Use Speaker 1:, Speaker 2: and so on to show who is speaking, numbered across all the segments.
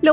Speaker 1: Lo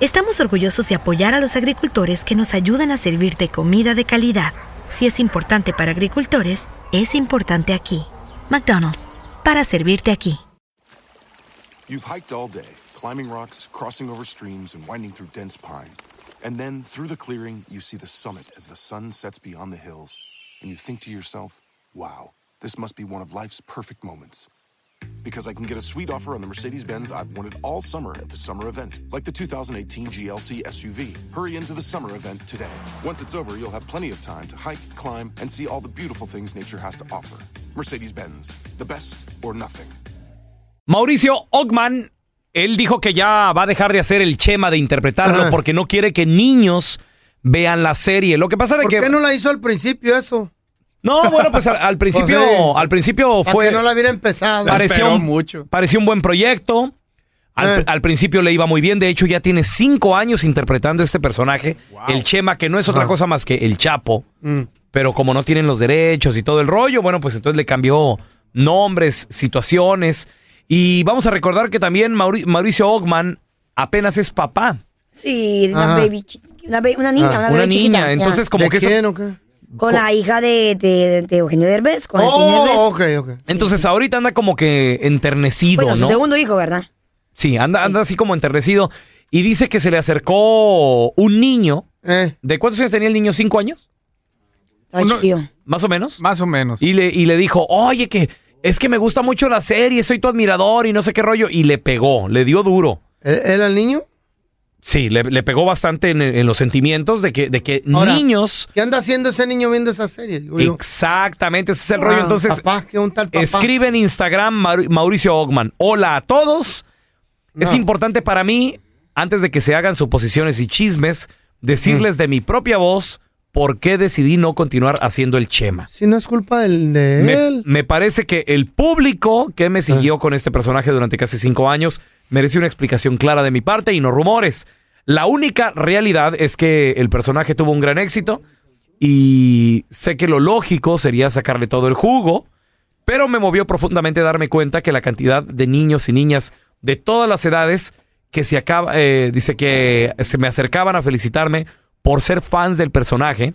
Speaker 2: estamos orgullosos de apoyar a los agricultores que nos ayudan a servirte comida de calidad. Si es importante para agricultores, es importante aquí. McDonald's, para servirte aquí.
Speaker 3: You've hiked all day, climbing rocks, crossing over streams, and winding through dense pine. And then, through the clearing, you see the summit as the sun sets beyond the hills. And you think to yourself, wow, this must be one of life's perfect moments. Because I can get a sweet offer on the Mercedes Benz I've wanted all summer at the summer event, like the 2018 GLC SUV. Hurry into the summer event today. Once it's over, you'll have plenty of time to hike, climb, and see all the beautiful things nature has to offer. Mercedes Benz, the best or nothing.
Speaker 4: Mauricio Ogman, él dijo que ya va a dejar de hacer el chema de interpretarlo
Speaker 5: Ajá.
Speaker 4: porque no quiere que niños vean la serie. Lo que pasa es
Speaker 5: ¿Por
Speaker 4: que...
Speaker 5: qué no la hizo al principio eso?
Speaker 4: No, bueno, pues al, al principio,
Speaker 5: Pues sí.
Speaker 4: al principio
Speaker 5: Para
Speaker 4: fue...
Speaker 5: que no la hubiera empezado.
Speaker 4: pareció un, parecía un buen proyecto. Al,
Speaker 5: Eh.
Speaker 4: al principio le iba muy bien. De hecho, ya tiene cinco años interpretando este personaje, el Chema, que no es otra cosa más que el Chapo.
Speaker 5: Mm.
Speaker 4: Pero como no tienen los derechos y todo el rollo, bueno, pues entonces le cambió nombres, situaciones. Y vamos a recordar que también Mauri- Mauricio Ogman apenas es papá,
Speaker 6: Sí, una
Speaker 5: Ajá.
Speaker 6: baby chi- una, be- una niña,
Speaker 5: Ah,
Speaker 6: una,
Speaker 4: una
Speaker 6: bebé chiquita,
Speaker 4: niña.
Speaker 6: ya.
Speaker 4: Entonces, como
Speaker 5: ¿De
Speaker 4: que eso-
Speaker 5: quién o qué?
Speaker 6: con la hija de, de, de Eugenio Derbez, con Eugenio Derbez.
Speaker 5: Oh, ok, ok.
Speaker 4: Entonces ahorita anda como que enternecido,
Speaker 6: Bueno, su
Speaker 4: ¿no?
Speaker 6: segundo hijo, ¿verdad?
Speaker 4: Sí, anda, anda así como enternecido. Y dice que se le acercó un niño
Speaker 5: Eh,
Speaker 4: ¿De cuántos años tenía el niño? ¿Cinco años?
Speaker 6: Estaba chiquillo.
Speaker 4: Más o menos.
Speaker 7: Más o menos.
Speaker 4: Y le, y le dijo, oye, que es que me gusta mucho la serie, soy tu admirador y no sé qué rollo. Y le pegó, le dio duro.
Speaker 5: ¿él, él al ¿e-, niño?
Speaker 4: Sí, le, le pegó bastante en, en los sentimientos de que, de que
Speaker 5: Ahora,
Speaker 4: niños...
Speaker 5: ¿Qué anda haciendo ese niño viendo esa serie? Digo yo.
Speaker 4: Exactamente, ese es el rollo.
Speaker 5: Ah,
Speaker 4: Entonces,
Speaker 5: Papá, que un tal papá.
Speaker 4: escribe en Instagram Maur- Mauricio Ogman. Hola a todos. Es
Speaker 5: No.
Speaker 4: importante para mí, antes de que se hagan suposiciones y chismes,
Speaker 5: Mm.
Speaker 4: decirles de mi propia voz por qué decidí no continuar haciendo el chema.
Speaker 5: Si no es culpa del, de
Speaker 4: Me,
Speaker 5: él. Ah.
Speaker 4: me parece que el público que me siguió con este personaje durante casi cinco años merece una explicación clara de mi parte y no rumores. La única realidad es que el personaje tuvo un gran éxito y sé que lo lógico sería sacarle todo el jugo, pero me movió profundamente darme cuenta que la cantidad de niños y niñas de todas las edades que se acaba, eh, dice que se me acercaban a felicitarme por ser fans del personaje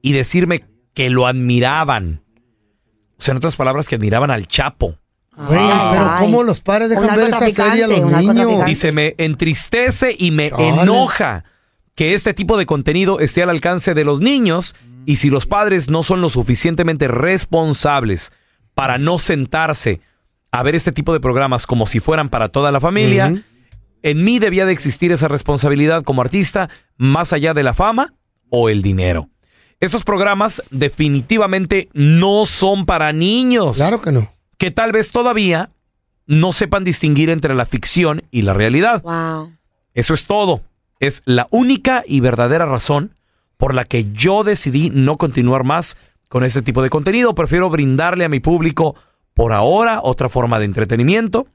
Speaker 4: y decirme que lo admiraban. O sea, en otras palabras, que admiraban al Chapo.
Speaker 5: Güey, pero
Speaker 6: Ay.
Speaker 5: ¿cómo los padres
Speaker 6: Un
Speaker 5: dejan ver esa
Speaker 6: narcotraficante,
Speaker 5: serie a los
Speaker 6: un narcotraficante.
Speaker 4: Y
Speaker 5: niños?
Speaker 4: se me entristece y me
Speaker 5: Chale.
Speaker 4: enoja que este tipo de contenido esté al alcance de los niños y si los padres no son lo suficientemente responsables para no sentarse a ver este tipo de programas como si fueran para toda la familia,
Speaker 5: Ujú.
Speaker 4: en mí debía de existir esa responsabilidad como artista más allá de la fama o el dinero. Estos programas definitivamente no son para niños
Speaker 5: Claro que no.
Speaker 4: que tal vez todavía no sepan distinguir entre la ficción y la realidad.
Speaker 6: Wow.
Speaker 4: Eso es todo. Es la única y verdadera razón por la que yo decidí no continuar más con este tipo de contenido. Prefiero brindarle a mi público por ahora otra forma de entretenimiento.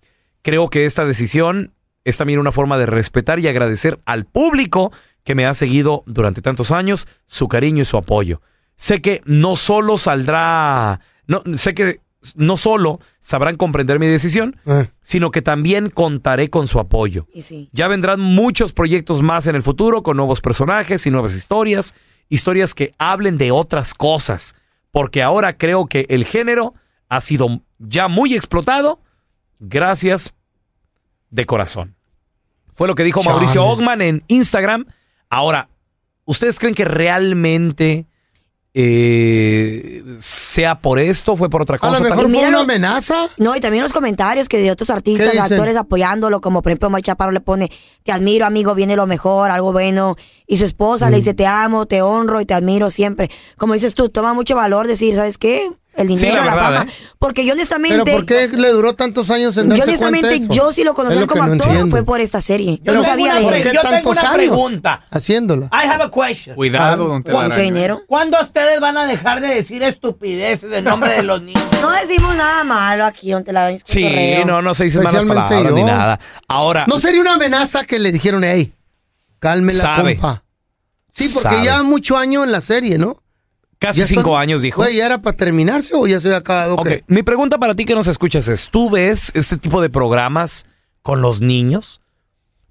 Speaker 4: Creo que esta decisión es también una forma de respetar y agradecer al público que me ha seguido durante tantos años, su cariño y su apoyo. Sé que no solo saldrá, no, sé que no solo sabrán comprender mi decisión,
Speaker 5: Eh.
Speaker 4: sino que también contaré con su apoyo.
Speaker 6: Y sí.
Speaker 4: Ya vendrán muchos proyectos más en el futuro con nuevos personajes y nuevas historias, historias que hablen de otras cosas, porque ahora creo que el género ha sido ya muy explotado. Gracias de corazón. Fue lo que dijo
Speaker 5: Chale.
Speaker 4: Mauricio Ogman en Instagram. Ahora, ¿ustedes creen que realmente eh, sea por esto, fue por otra
Speaker 5: A
Speaker 4: cosa?
Speaker 5: lo
Speaker 4: tal
Speaker 5: mejor
Speaker 4: vez?
Speaker 5: fue
Speaker 6: Mira
Speaker 5: una
Speaker 6: lo-
Speaker 5: amenaza.
Speaker 6: No, y también los comentarios que de otros artistas,
Speaker 5: ¿Qué dicen?
Speaker 6: actores apoyándolo, como por ejemplo Omar Chaparro le pone, te admiro amigo, viene lo mejor, algo bueno, y su esposa le dice, te amo, te honro y te admiro siempre. Como dices tú, toma mucho valor decir, ¿sabes qué? El
Speaker 4: Sí,
Speaker 6: dinero, la,
Speaker 4: la verdad,
Speaker 6: fama.
Speaker 4: ¿eh?
Speaker 6: Porque yo honestamente...
Speaker 5: Pero ¿por qué le duró tantos años en
Speaker 6: Yo
Speaker 5: darse cuenta de
Speaker 6: honestamente,
Speaker 5: eso?
Speaker 6: yo sí lo conocí
Speaker 5: Es
Speaker 6: como
Speaker 5: que no
Speaker 6: actor,
Speaker 5: entiendo.
Speaker 6: fue por esta serie. Yo
Speaker 5: Yo
Speaker 6: no
Speaker 5: tengo
Speaker 6: sabía
Speaker 5: una
Speaker 6: de
Speaker 5: pre-
Speaker 6: él.
Speaker 5: qué yo tengo tantos una años? pregunta. Haciéndola.
Speaker 7: I have a question.
Speaker 8: Cuidado, don Telaraño.
Speaker 6: Mucho dinero.
Speaker 7: ¿Cuándo ustedes van a dejar de decir estupideces en nombre de los niños?
Speaker 6: No decimos nada malo aquí, donde la
Speaker 4: Sí, no, no se dicen malas
Speaker 5: Especialmente
Speaker 4: palabras ni
Speaker 5: yo.
Speaker 4: nada. Ahora,
Speaker 5: No sería una amenaza que le dijeron, hey, calme la
Speaker 4: Sabe.
Speaker 5: compa. Sí, porque
Speaker 4: Sabe.
Speaker 5: ya mucho año en la serie, ¿no?
Speaker 4: casi
Speaker 5: Ya son-
Speaker 4: cinco años dijo.
Speaker 5: Güey, ¿ya era para terminarse o ya se había acabado?
Speaker 4: Ok,
Speaker 5: ¿Qué?
Speaker 4: mi pregunta para ti que nos escuchas es, ¿tú ves este tipo de programas con los niños?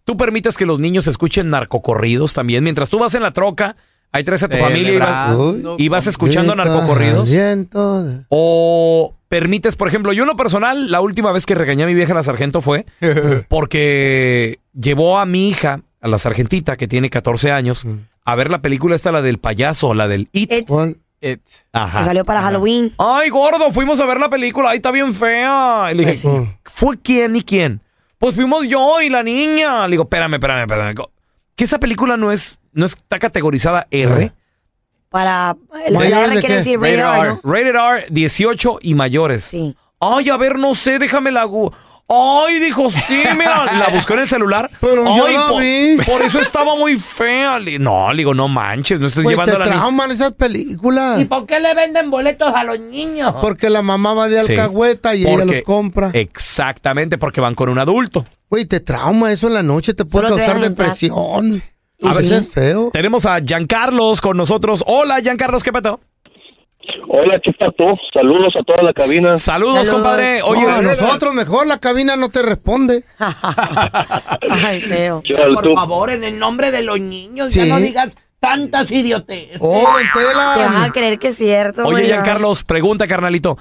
Speaker 4: ¿Tú permites que los niños escuchen narcocorridos también? Mientras tú vas en la troca, hay tres de tu familia y vas,
Speaker 8: Celebrando
Speaker 4: y vas
Speaker 8: con-
Speaker 4: escuchando
Speaker 5: Grita
Speaker 4: narcocorridos.
Speaker 5: al viento de-
Speaker 4: ¿O permites, por ejemplo, yo en lo personal, la última vez que regañé a mi vieja la sargento fue
Speaker 5: Pues,
Speaker 4: porque llevó a mi hija, a la sargentita que tiene 14 años, a ver la película esta, la del payaso, la del It.
Speaker 5: ¿Cuál?
Speaker 8: It.
Speaker 4: Ajá.
Speaker 6: Eh, Salió para Halloween.
Speaker 4: Ay, gordo, fuimos a ver la película. Ahí está bien fea. Y le dije,
Speaker 6: Pues sí.
Speaker 4: ¿fue quién y quién? Pues fuimos yo y la niña. Le digo, espérame, espérame, espérame. Co- Que esa película no es, no está categorizada R.
Speaker 6: Para... La
Speaker 5: Rated
Speaker 6: la R
Speaker 5: de
Speaker 6: quiere
Speaker 5: qué?
Speaker 6: decir rated
Speaker 8: Rated
Speaker 6: R,
Speaker 8: R.
Speaker 6: ¿no?
Speaker 4: Rated R, 18 y mayores.
Speaker 6: Sí.
Speaker 4: Ay, a ver, no sé, déjame la... gu- Ay, dijo, sí, mira, Y la buscó en el celular.
Speaker 5: Pero yo
Speaker 4: Ay,
Speaker 5: la
Speaker 4: po-
Speaker 5: vi.
Speaker 4: por, eso estaba muy fea. Le- No, le digo, no manches, no estés
Speaker 5: Güey,
Speaker 4: llevando
Speaker 5: te
Speaker 4: a la niña.
Speaker 5: trauman esas películas.
Speaker 7: ¿Y por qué le venden boletos a los niños?
Speaker 5: Porque la mamá va de
Speaker 4: Sí,
Speaker 5: alcahueta y ella
Speaker 4: porque- Eh.
Speaker 5: los compra.
Speaker 4: Exactamente, porque van con un adulto.
Speaker 5: Güey, te trauma eso en la noche, te puede
Speaker 6: Solo te
Speaker 5: causar
Speaker 6: dejan en paz.
Speaker 5: depresión.
Speaker 6: Y
Speaker 5: A
Speaker 6: sí.
Speaker 5: veces es feo.
Speaker 4: Tenemos a Giancarlos con nosotros. Hola, Giancarlos, ¿qué pato?
Speaker 9: Hola, ¿qué tal tú? Saludos a toda la cabina.
Speaker 4: Saludos,
Speaker 6: Saludos.
Speaker 4: compadre. Oye, eh,
Speaker 5: No, a nosotros mejor la cabina no te responde.
Speaker 6: Ay, feo.
Speaker 9: ¿Qué tal
Speaker 7: Por
Speaker 9: tú?
Speaker 7: favor, en el nombre de los niños, ya
Speaker 5: Sí.
Speaker 7: no digas tantas idioteces.
Speaker 5: Oh, don Tela.
Speaker 6: Te van a creer Eh, que es cierto.
Speaker 4: oye,
Speaker 6: güey.
Speaker 4: Giancarlos, pregunta, carnalito.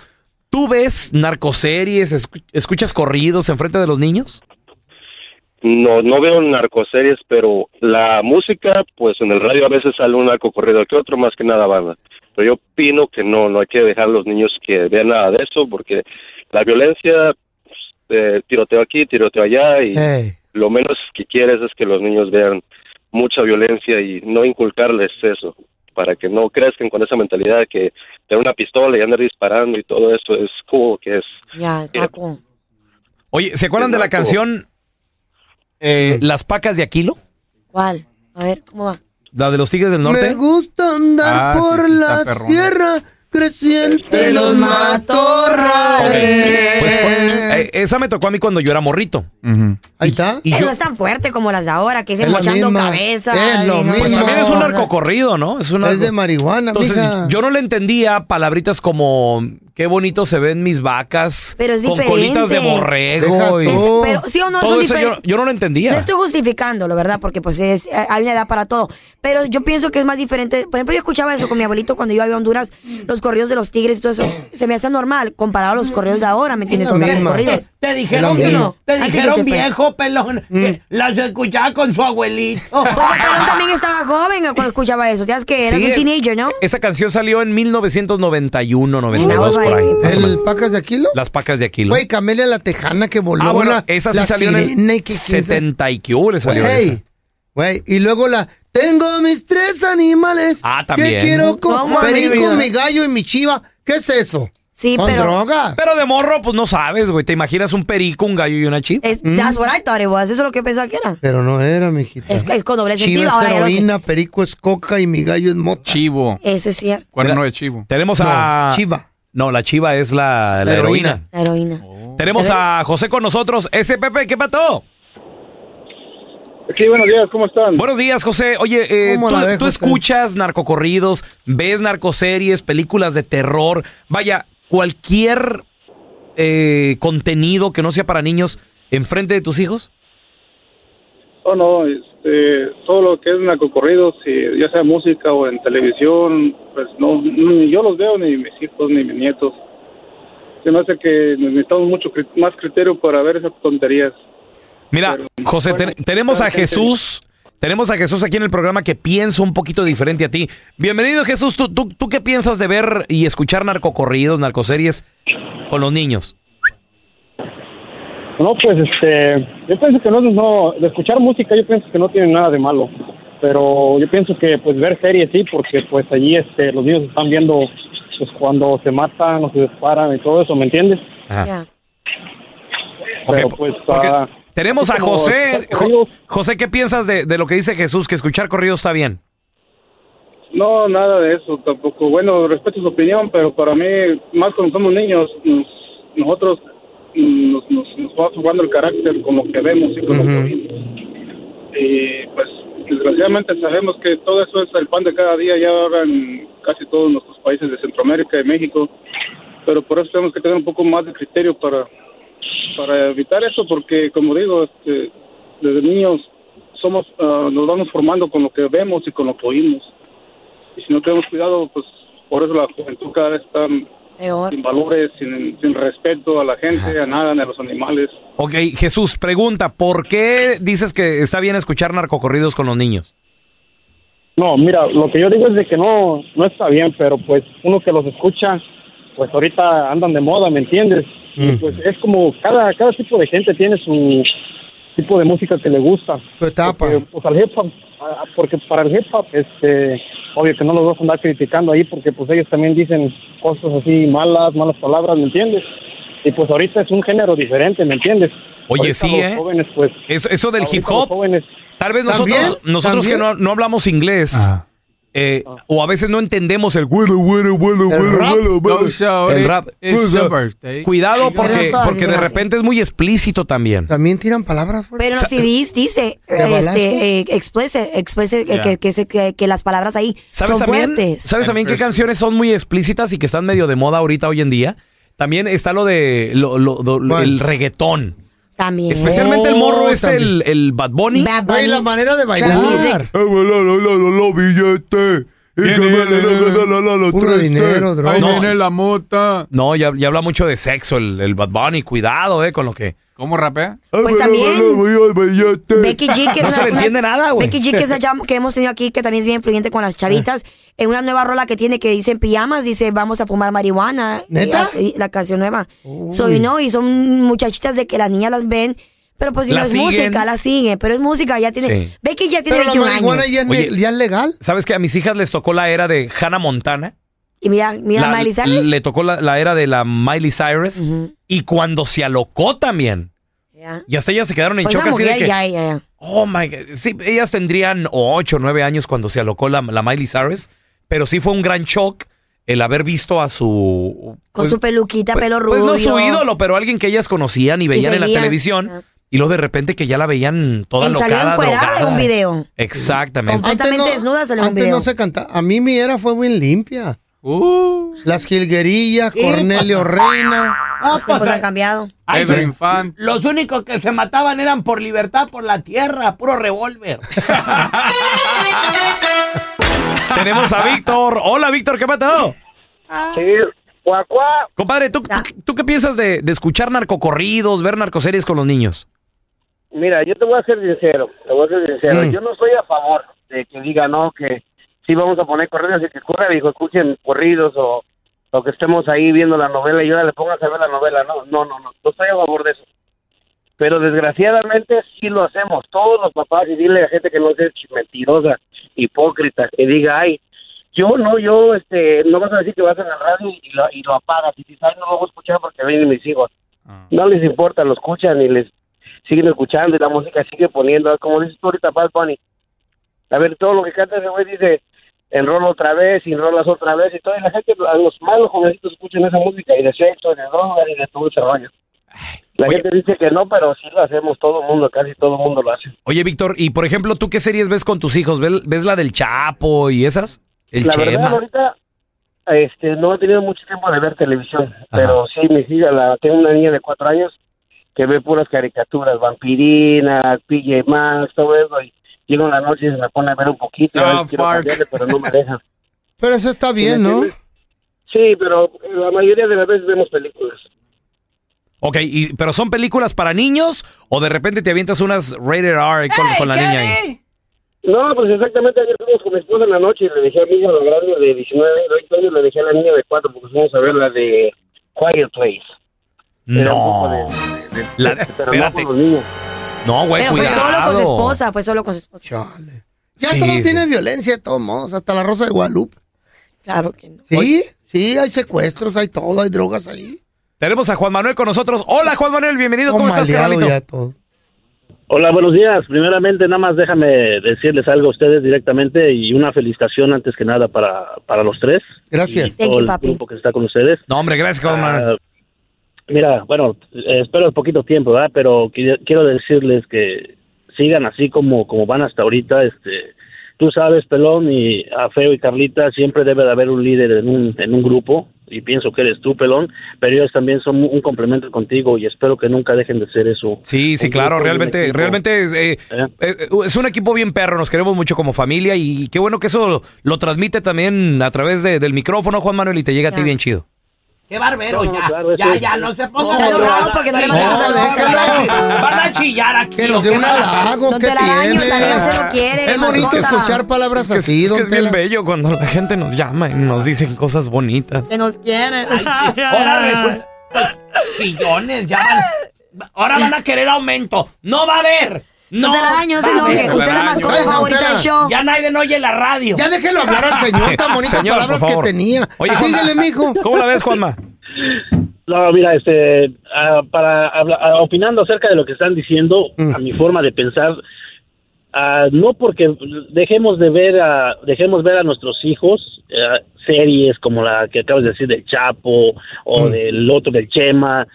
Speaker 4: ¿Tú ves narcoseries, escu- escuchas corridos enfrente de los niños?
Speaker 9: No, no veo narcoseries, pero la música, pues en el radio a veces sale un narco corrido que otro, más que nada banda. Pero yo opino que no, no hay que dejar a los niños que vean nada de eso, porque la violencia, pues, eh, tiroteo aquí, tiroteo allá, y
Speaker 5: Ey,
Speaker 9: lo menos que quieres es que los niños vean mucha violencia y no inculcarles eso, para que no crezcan con esa mentalidad de que tener una pistola y andar disparando y todo eso es cool, que es
Speaker 6: Ya, Paco.
Speaker 4: Oye, ¿se acuerdan de la
Speaker 9: Narco.
Speaker 4: canción eh, Las Pacas de Aquilo?
Speaker 6: ¿Cuál? A ver, ¿cómo va?
Speaker 4: La de los Tigres del
Speaker 5: Me
Speaker 4: Norte.
Speaker 5: gusta andar
Speaker 8: Ah, sí,
Speaker 5: por
Speaker 8: sí, está
Speaker 5: la
Speaker 8: perrón.
Speaker 5: sierra, creciente entre los
Speaker 4: Ok.
Speaker 5: matorrales.
Speaker 4: Pues, eh, esa me tocó a mí cuando yo era morrito.
Speaker 5: ¿Mm?
Speaker 8: Ujú.
Speaker 5: Ahí está.
Speaker 4: Y
Speaker 6: Pero
Speaker 4: yo,
Speaker 6: no es tan fuerte como las de ahora, que dicen
Speaker 5: Es la
Speaker 6: mochando
Speaker 5: misma.
Speaker 6: cabeza.
Speaker 5: Es lo mismo.
Speaker 4: pues también
Speaker 5: no.
Speaker 4: es un narcocorrido, ¿no? Es, un
Speaker 5: Es de
Speaker 4: narco-
Speaker 5: marihuana,
Speaker 4: Entonces,
Speaker 5: mija.
Speaker 4: yo no le entendía palabritas como qué bonito se ven mis vacas
Speaker 6: Pero es
Speaker 4: con colitas de
Speaker 6: diferente.
Speaker 4: borrego
Speaker 5: Deja
Speaker 4: y-
Speaker 5: tú.
Speaker 6: Es- pero sí o no,
Speaker 4: Todo
Speaker 6: son
Speaker 4: eso yo,
Speaker 6: diferentes.
Speaker 4: yo no lo entendía.
Speaker 6: No estoy justificándolo, ¿verdad? Porque pues es, hay una edad para todo. Pero yo pienso que es más diferente. Por ejemplo, yo escuchaba eso con mi abuelito cuando yo iba a Honduras, los corridos de los tigres y todo eso. Se me hace normal comparado a los corridos de ahora, ¿me entiendes?
Speaker 5: Es la
Speaker 6: Con los
Speaker 5: misma.
Speaker 6: corridos.
Speaker 7: Te dijeron,
Speaker 5: Sí.
Speaker 7: que no, te
Speaker 6: Antes
Speaker 7: dijeron
Speaker 6: que se fue.
Speaker 7: viejo, pelón, que las escuchaba con su abuelito.
Speaker 6: Pues el pelón también estaba joven cuando escuchaba eso. Ya es que eras
Speaker 4: Sí,
Speaker 6: un
Speaker 4: eh,
Speaker 6: teenager, ¿no?
Speaker 4: Esa canción salió en 1991, 92
Speaker 6: Ay,
Speaker 4: por ahí.
Speaker 6: no.
Speaker 4: más o menos.
Speaker 5: ¿El Pacas de Aquilo?
Speaker 4: Las pacas de Aquilo.
Speaker 5: Güey, Camelia la Tejana que voló.
Speaker 4: ah, bueno,
Speaker 5: la,
Speaker 4: esa sí
Speaker 5: la
Speaker 4: salió en
Speaker 5: sirena y
Speaker 4: el
Speaker 5: que quién sabe-
Speaker 4: 70 y que hubo le salió
Speaker 5: Güey,
Speaker 4: esa.
Speaker 5: güey, y luego la tengo mis tres animales.
Speaker 4: Ah, también.
Speaker 5: Que quiero
Speaker 6: No,
Speaker 5: con
Speaker 6: mami,
Speaker 5: perico,
Speaker 6: mira.
Speaker 5: mi gallo y mi chiva. ¿Qué es eso?
Speaker 6: Sí,
Speaker 5: ¿Con
Speaker 6: pero-
Speaker 5: droga?
Speaker 4: Pero de morro, pues no sabes, güey. Te imaginas un perico, un gallo y una chiva.
Speaker 6: Es,
Speaker 5: Mm.
Speaker 6: That's what I thought it was. Eso es lo que pensaba que era.
Speaker 5: Pero no era, mijita.
Speaker 6: Es, es con doble
Speaker 5: chiva
Speaker 6: sentido.
Speaker 5: es
Speaker 6: Ahora ya lo sé.
Speaker 5: heroína, perico es coca y mi gallo es mocha.
Speaker 8: Chivo.
Speaker 6: Eso es cierto.
Speaker 8: Cuerno de chivo.
Speaker 4: Tenemos a.
Speaker 5: No, chiva.
Speaker 4: No, la chiva es la, la
Speaker 5: La
Speaker 4: heroína.
Speaker 6: La
Speaker 5: heroína.
Speaker 6: heroína.
Speaker 4: Tenemos a José con nosotros. Ese Pepe, ¿qué pato?
Speaker 8: Sí, buenos días, ¿cómo están?
Speaker 4: Buenos días, José. Oye, eh,
Speaker 8: ¿Cómo
Speaker 4: tú,
Speaker 8: la ves,
Speaker 4: tú
Speaker 8: José?
Speaker 4: escuchas narcocorridos, ves narcoseries, películas de terror. Vaya, cualquier eh, contenido que no sea para niños enfrente de tus hijos.
Speaker 8: Oh, no, este, todo lo que es narcocorridos, si ya sea música o en televisión, pues no, ni yo los veo, ni mis hijos, ni mis nietos. Se me hace que necesitamos mucho cri- más criterio para ver esas tonterías.
Speaker 4: Mira, José, ten- tenemos a Jesús. Tenemos a Jesús aquí en el programa que piensa un poquito diferente a ti. Bienvenido, Jesús. ¿Tú, tú, tú qué piensas de ver y escuchar narcocorridos, narcoseries con los niños?
Speaker 10: No, pues este, yo pienso que no, no, de escuchar música yo pienso que no tiene nada de malo, pero yo pienso que pues ver series sí, porque pues allí este, los niños están viendo pues cuando se matan o se disparan y todo eso, ¿me entiendes?
Speaker 5: Ah.
Speaker 10: Pero pues ah,
Speaker 4: Tenemos a
Speaker 10: así como
Speaker 4: José.
Speaker 10: escuchar
Speaker 4: Jo- José, ¿qué piensas de, de lo que dice Jesús? Que escuchar corridos está bien.
Speaker 8: No, nada de eso tampoco. Bueno, respeto su opinión, pero para mí, más cuando somos niños, nos- nosotros mm, nos, nos, nos va jugando el carácter con lo que vemos y con lo que oímos. Y pues, desgraciadamente sabemos que todo eso es el pan de cada día ya ahora en casi todos nuestros países de Centroamérica y México. Pero por eso tenemos que tener un poco más de criterio para, para evitar eso, porque como digo, este, desde niños somos ah, nos vamos formando con lo que vemos y con lo que oímos y si no tenemos cuidado, pues por eso la juventud cada vez está sin valores, sin, sin respeto a la gente, a nada, ni a los animales.
Speaker 4: Ok, Jesús, pregunta, ¿por qué dices que está bien escuchar narcocorridos con los niños?
Speaker 10: No, mira, lo que yo digo es de que no, no está bien, pero pues uno que los escucha, pues ahorita andan de moda, ¿me entiendes? Y, pues es como cada, cada tipo de gente tiene su tipo de música que le gusta. Su etapa. Porque, pues al hip hop, a- a- porque para el hip hop, este, obvio que no los vas a andar criticando ahí porque pues ellos también dicen cosas así malas, malas palabras, ¿me entiendes? Y pues ahorita es un género diferente, ¿me entiendes?
Speaker 4: Oye,
Speaker 10: Ahorita
Speaker 4: sí,
Speaker 10: los
Speaker 4: ¿eh?
Speaker 10: jóvenes, pues,
Speaker 4: Eso, eso del
Speaker 10: ahorita
Speaker 4: hip
Speaker 10: los
Speaker 4: hop.
Speaker 10: jóvenes-
Speaker 4: Tal vez nosotros,
Speaker 10: ¿También?
Speaker 4: nosotros que no,
Speaker 10: ¿También?
Speaker 4: no hablamos inglés.
Speaker 5: Ah.
Speaker 4: eh, O a veces no entendemos el güero, güero, güero,
Speaker 11: El
Speaker 4: güero,
Speaker 11: rap.
Speaker 4: güero, güero.
Speaker 11: No, so
Speaker 4: El
Speaker 11: it-
Speaker 4: rap.
Speaker 11: it's your
Speaker 4: Güero.
Speaker 11: birthday.
Speaker 4: Cuidado
Speaker 11: Pero
Speaker 4: porque,
Speaker 6: todas
Speaker 4: porque
Speaker 6: se
Speaker 4: de
Speaker 6: hacen.
Speaker 4: repente es muy explícito también.
Speaker 5: También tiran palabras.
Speaker 6: Pero en los
Speaker 4: Sa-
Speaker 6: CDs dice
Speaker 4: ¿De balazo?
Speaker 6: este, eh, explicit, explicit, eh,
Speaker 4: Ya.
Speaker 6: que, que, se- que- que las palabras ahí
Speaker 4: ¿Sabes
Speaker 6: son
Speaker 4: también,
Speaker 6: fuertes.
Speaker 4: ¿sabes también qué canciones son muy explícitas y que están medio de moda ahorita hoy en día? También está lo de lo- lo- lo- el reggaetón.
Speaker 6: También.
Speaker 4: Especialmente el morro este, el, el Bad Bunny.
Speaker 6: Oh, Bad Bunny. Güey, la manera de
Speaker 5: bailar. Music.
Speaker 4: Eh, güey, la, la, la, la, la, billete. Y que me la, la, la, la, la, tres, tres.
Speaker 11: Ahí
Speaker 4: No,
Speaker 11: viene la mota.
Speaker 4: No, ya, ya habla mucho de sexo el, el Bad Bunny. Cuidado, eh, con lo que...
Speaker 11: ¿Cómo rapea?
Speaker 4: Eh,
Speaker 6: Pues también. Becky G, que
Speaker 4: No
Speaker 6: es
Speaker 4: se
Speaker 6: una-
Speaker 4: le entiende
Speaker 6: una-
Speaker 4: nada, güey.
Speaker 6: Becky G, que es una chava que hemos tenido aquí, que también es bien influyente con las chavitas.
Speaker 4: Eh.
Speaker 6: En una nueva rola que tiene que dice en pijamas, dice vamos a fumar marihuana.
Speaker 12: ¿Neta?
Speaker 6: Y así, la canción nueva.
Speaker 12: Uy.
Speaker 6: Soy no, y son muchachitas de que las niñas las ven. Pero pues si
Speaker 4: La
Speaker 6: no es
Speaker 4: siguen.
Speaker 6: música, la siguen. Pero es música, ya tiene.
Speaker 4: Sí.
Speaker 6: Becky ya tiene
Speaker 5: Pero la
Speaker 6: 21
Speaker 5: marihuana
Speaker 6: años.
Speaker 5: ya es,
Speaker 4: Oye.
Speaker 5: ya es legal.
Speaker 4: ¿Sabes que a mis hijas les tocó la era de Hannah Montana?
Speaker 6: Y mira, mira
Speaker 4: La-
Speaker 6: Miley Cyrus.
Speaker 4: Le tocó la, la era de la Miley Cyrus. Y cuando se alocó también.
Speaker 6: Ya.
Speaker 4: Y hasta ellas se quedaron en
Speaker 6: Pues
Speaker 4: shock
Speaker 6: una
Speaker 4: así de
Speaker 6: mujer
Speaker 4: que...
Speaker 6: ya, ya, ya.
Speaker 4: Oh my God. Sí, ellas tendrían 8 o 9 años cuando se alocó la, la Miley Cyrus, pero sí fue un gran shock el haber visto a su.
Speaker 6: Con
Speaker 4: pues,
Speaker 6: su peluquita, pelo
Speaker 4: pues
Speaker 6: rubio.
Speaker 4: no su ídolo, pero alguien que ellas conocían y veían en la
Speaker 6: seguían.
Speaker 4: televisión. Y luego de repente que ya la veían toda
Speaker 6: En- salió
Speaker 4: locada,
Speaker 6: encuerada
Speaker 4: drogada.
Speaker 6: en un video.
Speaker 4: Exactamente.
Speaker 6: Completamente desnuda salió en un
Speaker 5: Antes
Speaker 6: video.
Speaker 5: no se cantaba. A mí mi era fue muy limpia.
Speaker 4: Uh.
Speaker 5: Las jilguerillas,
Speaker 7: Sí,
Speaker 5: Cornelio
Speaker 7: pues.
Speaker 5: Reina.
Speaker 7: No,
Speaker 6: Los tiempos han cambiado.
Speaker 7: Ay,
Speaker 5: Pedro
Speaker 7: sí. Los únicos que se mataban eran por libertad, por la tierra, puro revólver.
Speaker 4: Tenemos a Víctor. Hola, Víctor, ¿qué ha pasado?
Speaker 13: Sí, guacuá.
Speaker 4: Compadre, ¿tú, tú, tú qué piensas de, de escuchar narcocorridos, ver narcoseries con los niños?
Speaker 13: Mira, yo te voy a ser sincero, te voy a ser sincero. Yo no estoy a favor de que diga, no, que sí vamos a poner corridos y que corra, dijo, escuchen corridos o, o que estemos ahí viendo la novela y ahora le pongas a ver la novela. No, no, no, no, no estoy a favor de eso. Pero desgraciadamente sí lo hacemos, todos los papás, y dile a la gente que no es mentirosa, hipócrita, que diga, ay, yo no, yo, este, no vas a decir que vas a la radio y lo, y lo apagas, y dices, ay, no lo voy a escuchar porque vienen mis hijos. No les importa, lo escuchan y les siguen escuchando y la música sigue poniendo, como dices tú ahorita, Bad Bunny. A ver, todo lo que canta ese güey dice, enrola otra vez, y enrolas otra vez, y toda la gente, a los malos jovencitos escuchan esa música, y de sexo, y de droga, y de todo ese rollo. La gente dice que no, pero sí lo hacemos todo el mundo, casi todo el mundo lo hace.
Speaker 4: Oye, Víctor, y por ejemplo, ¿tú qué series ves con tus hijos? ¿Ves, ves la del Chapo y esas? El
Speaker 13: la
Speaker 4: Chema.
Speaker 13: verdad, ahorita este, no he tenido mucho tiempo de ver televisión, pero sí, mis hijas, la, tengo una niña de cuatro años que ve puras caricaturas, vampirinas, PJ Masks, todo eso, y llega en la noche y se me pone a ver un poquito, a ver si quiero cambiarle, pero no me deja.
Speaker 5: Pero eso está bien, ¿no?
Speaker 13: Sí, pero eh, la mayoría de las veces vemos películas.
Speaker 4: Ok, y- pero ¿son películas para niños o de repente te avientas unas rated R con, con la niña ahí?
Speaker 13: No, pues exactamente ayer fuimos con mi esposa en la noche y le dejé a mi hija la grande de 19 y de 20 años, le dejé a la niña de 4 porque fuimos a ver la de Quiet Place. Era un poco de-
Speaker 4: La-
Speaker 13: pero no
Speaker 4: espérate.
Speaker 13: con los niños.
Speaker 4: No, güey,
Speaker 6: Pero
Speaker 4: cuidado.
Speaker 6: fue solo con su esposa, fue solo con su esposa.
Speaker 5: Ya
Speaker 4: Sí,
Speaker 5: todo
Speaker 4: sí.
Speaker 5: tiene violencia de todos modos, hasta la Rosa de Guadalupe.
Speaker 6: Claro que no.
Speaker 5: Sí, sí, hay secuestros, hay todo, hay drogas ahí.
Speaker 4: Tenemos a Juan Manuel con nosotros. Hola, Juan Manuel, bienvenido. ¿Cómo estás, carnalito?
Speaker 11: Hola, buenos días. Primeramente, nada más déjame decirles algo a ustedes directamente y una felicitación antes que nada para, para los tres.
Speaker 5: Gracias.
Speaker 11: Y todo el grupo que está con ustedes.
Speaker 4: No, hombre, gracias, Juan
Speaker 11: Manuel. Ah, mira, bueno, eh, espero poquito tiempo, ¿verdad? Pero qui- quiero decirles que sigan así como, como van hasta ahorita. Este, tú sabes, Pelón, y a Feo y Carlita, siempre debe de haber un líder en un, en un grupo. Y pienso que eres tú, Pelón, pero ellos también son un complemento contigo y espero que nunca dejen de ser eso.
Speaker 4: Sí, sí,
Speaker 11: Un
Speaker 4: claro,
Speaker 11: grupo, un
Speaker 4: realmente,
Speaker 11: equipo.
Speaker 4: realmente es, eh, eh, es un equipo bien perro, nos queremos mucho como familia y qué bueno que eso lo, lo transmite también a través de- del micrófono, Juan Manuel, y te llega a ti bien chido.
Speaker 7: ¡Qué barbero! ya,
Speaker 11: eso
Speaker 7: ya,
Speaker 11: es-
Speaker 7: ya, no se pongan...
Speaker 6: No,
Speaker 7: a llorar.
Speaker 6: no, porque no le
Speaker 7: Sí,
Speaker 6: mandas a saludar.
Speaker 7: no, Van a chillar aquí.
Speaker 5: Que nos dé un halago,
Speaker 6: Don
Speaker 5: que
Speaker 6: Telaraño,
Speaker 5: tiene?
Speaker 6: también usted lo quiere,
Speaker 5: Es bonito
Speaker 6: mascota.
Speaker 5: escuchar palabras
Speaker 4: Es que-
Speaker 5: así,
Speaker 4: es, que
Speaker 5: don
Speaker 4: es bien
Speaker 5: Tela.
Speaker 4: bello cuando la gente nos llama y nos dicen cosas bonitas.
Speaker 6: Se nos quiere.
Speaker 7: Ahora resulta... pues. Chillones, ya van... Ahora van a querer aumento. ¡No va a haber! ¡No!
Speaker 6: Don Telaraño, no se
Speaker 7: va a
Speaker 6: enoje.
Speaker 7: haber.
Speaker 6: Usted es la mascota Ay, don favorita del Tela. show.
Speaker 7: Ya nadie no oye la radio.
Speaker 5: Ya déjelo hablar al señor, tan bonitas
Speaker 11: Señor, por
Speaker 5: palabras que
Speaker 11: favor.
Speaker 5: tenía.
Speaker 11: Oye, Juanma,
Speaker 5: Síguele, mijo.
Speaker 11: ¿cómo la ves, Juanma? No, mira, este, ah, para habla- ah, opinando acerca de lo que están diciendo, a mi forma de pensar, ah, no porque dejemos de ver a, dejemos ver a nuestros hijos eh, series como la que acabas de decir del Chapo o del otro del Chema,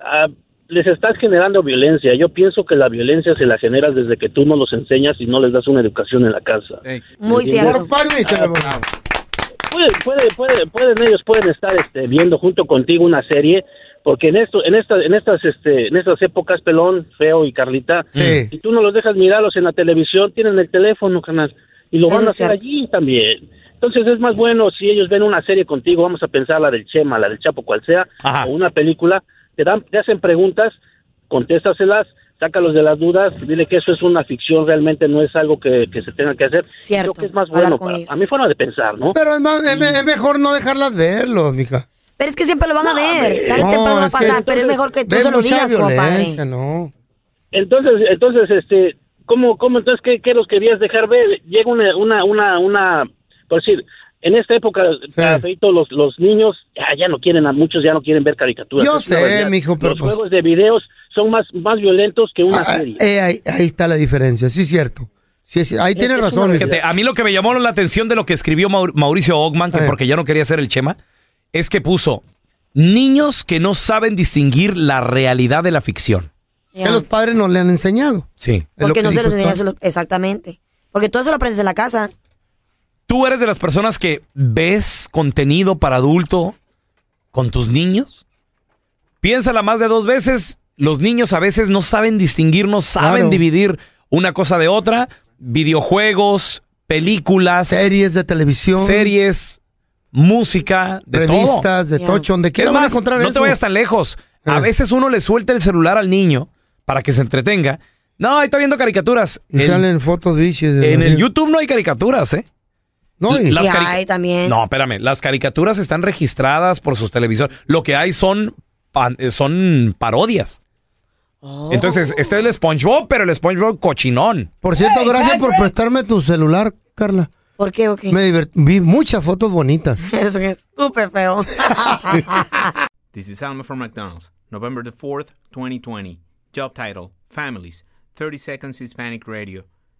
Speaker 11: ah, les estás generando violencia. Yo pienso que la violencia se la generas desde que tú no los enseñas y no les das una educación en la casa.
Speaker 6: Muy cierto.
Speaker 11: Pueden, puede, puede- pueden ellos pueden estar este, viendo junto contigo una serie porque en esto en estas en estas este en estas épocas pelón feo y Carlita si tú no los dejas mirarlos en la televisión tienen el teléfono canal y lo van
Speaker 12: Eso
Speaker 11: a
Speaker 12: es
Speaker 11: hacer
Speaker 12: cierto.
Speaker 11: allí también entonces es más bueno si ellos ven una serie contigo vamos a pensar la del Chema la del Chapo cual sea o una película te dan te hacen preguntas contéstaselas sácalos de las dudas dile que eso es una ficción realmente no es algo que, que se tenga que hacer
Speaker 6: Cierto.
Speaker 11: Creo que es más bueno para- a mi forma de pensar no
Speaker 5: Pero es, más- es me- es mejor no dejarlas verlos, mija.
Speaker 6: Pero es que siempre lo van a ver. Tarde o
Speaker 5: No,
Speaker 6: temprano va a
Speaker 5: es que-
Speaker 6: pasar, pero es mejor que tú
Speaker 5: Ve
Speaker 6: se lo
Speaker 5: mucha
Speaker 6: digas como padre.
Speaker 5: violencia, no.
Speaker 11: Entonces, entonces, este, ¿cómo, cómo entonces qué, qué los querías dejar ver? Llega una, una, una, una, por decir, en esta época, Feito, los, los niños ah, ya no quieren, a muchos ya no quieren ver caricaturas.
Speaker 5: Yo
Speaker 11: Es una
Speaker 5: sé,
Speaker 11: realidad.
Speaker 5: mijo, pero
Speaker 11: Los
Speaker 5: pues-
Speaker 11: juegos de videos son más, más violentos que una serie.
Speaker 5: Eh, ahí, ahí está la diferencia, sí es cierto. Sí, sí, ahí tiene razón. mijo.
Speaker 4: Fíjate, a mí lo que me llamó la atención de lo que escribió Maur- Mauricio Ogman, que porque ya no quería ser el Chema, es que puso niños que no saben distinguir la realidad de la ficción.
Speaker 5: Que los padres no le han enseñado.
Speaker 4: Sí.
Speaker 6: Porque no se los enseñan solo- exactamente. Porque todo eso lo aprendes en la casa.
Speaker 4: ¿Tú eres de las personas que ves contenido para adulto con tus niños? Piénsala más de dos veces. Los niños a veces no saben distinguir, no saben dividir una cosa de otra. Videojuegos, películas.
Speaker 5: Series de televisión.
Speaker 4: Series, música, de todo.
Speaker 5: Revistas, de tocho, donde quiera
Speaker 4: Es
Speaker 5: van a
Speaker 4: más,
Speaker 5: encontrar
Speaker 4: No te
Speaker 5: eso. Eh.
Speaker 4: vayas tan lejos. A veces uno le suelta el celular al niño para que se entretenga. No, ahí está viendo caricaturas.
Speaker 5: Y
Speaker 4: El-
Speaker 5: salen fotos bichis. de-
Speaker 4: en el YouTube no hay caricaturas, ¿eh?
Speaker 5: No,
Speaker 4: L-
Speaker 6: Y
Speaker 4: las cari-
Speaker 6: ahí también.
Speaker 4: No, espérame. Las caricaturas están registradas por sus televisores. Lo que hay son, pan- eh, son parodias. Entonces, este es el SpongeBob, pero el SpongeBob cochinón.
Speaker 5: Por cierto, gracias por prestarme tu celular, Carla.
Speaker 6: ¿Por qué o qué?
Speaker 5: Me divert- vi muchas fotos bonitas.
Speaker 6: Eres un estúpido feo.
Speaker 14: This is Alma from McDonald's, November the 4th, 2020. Job title Families, 30 Seconds Hispanic Radio.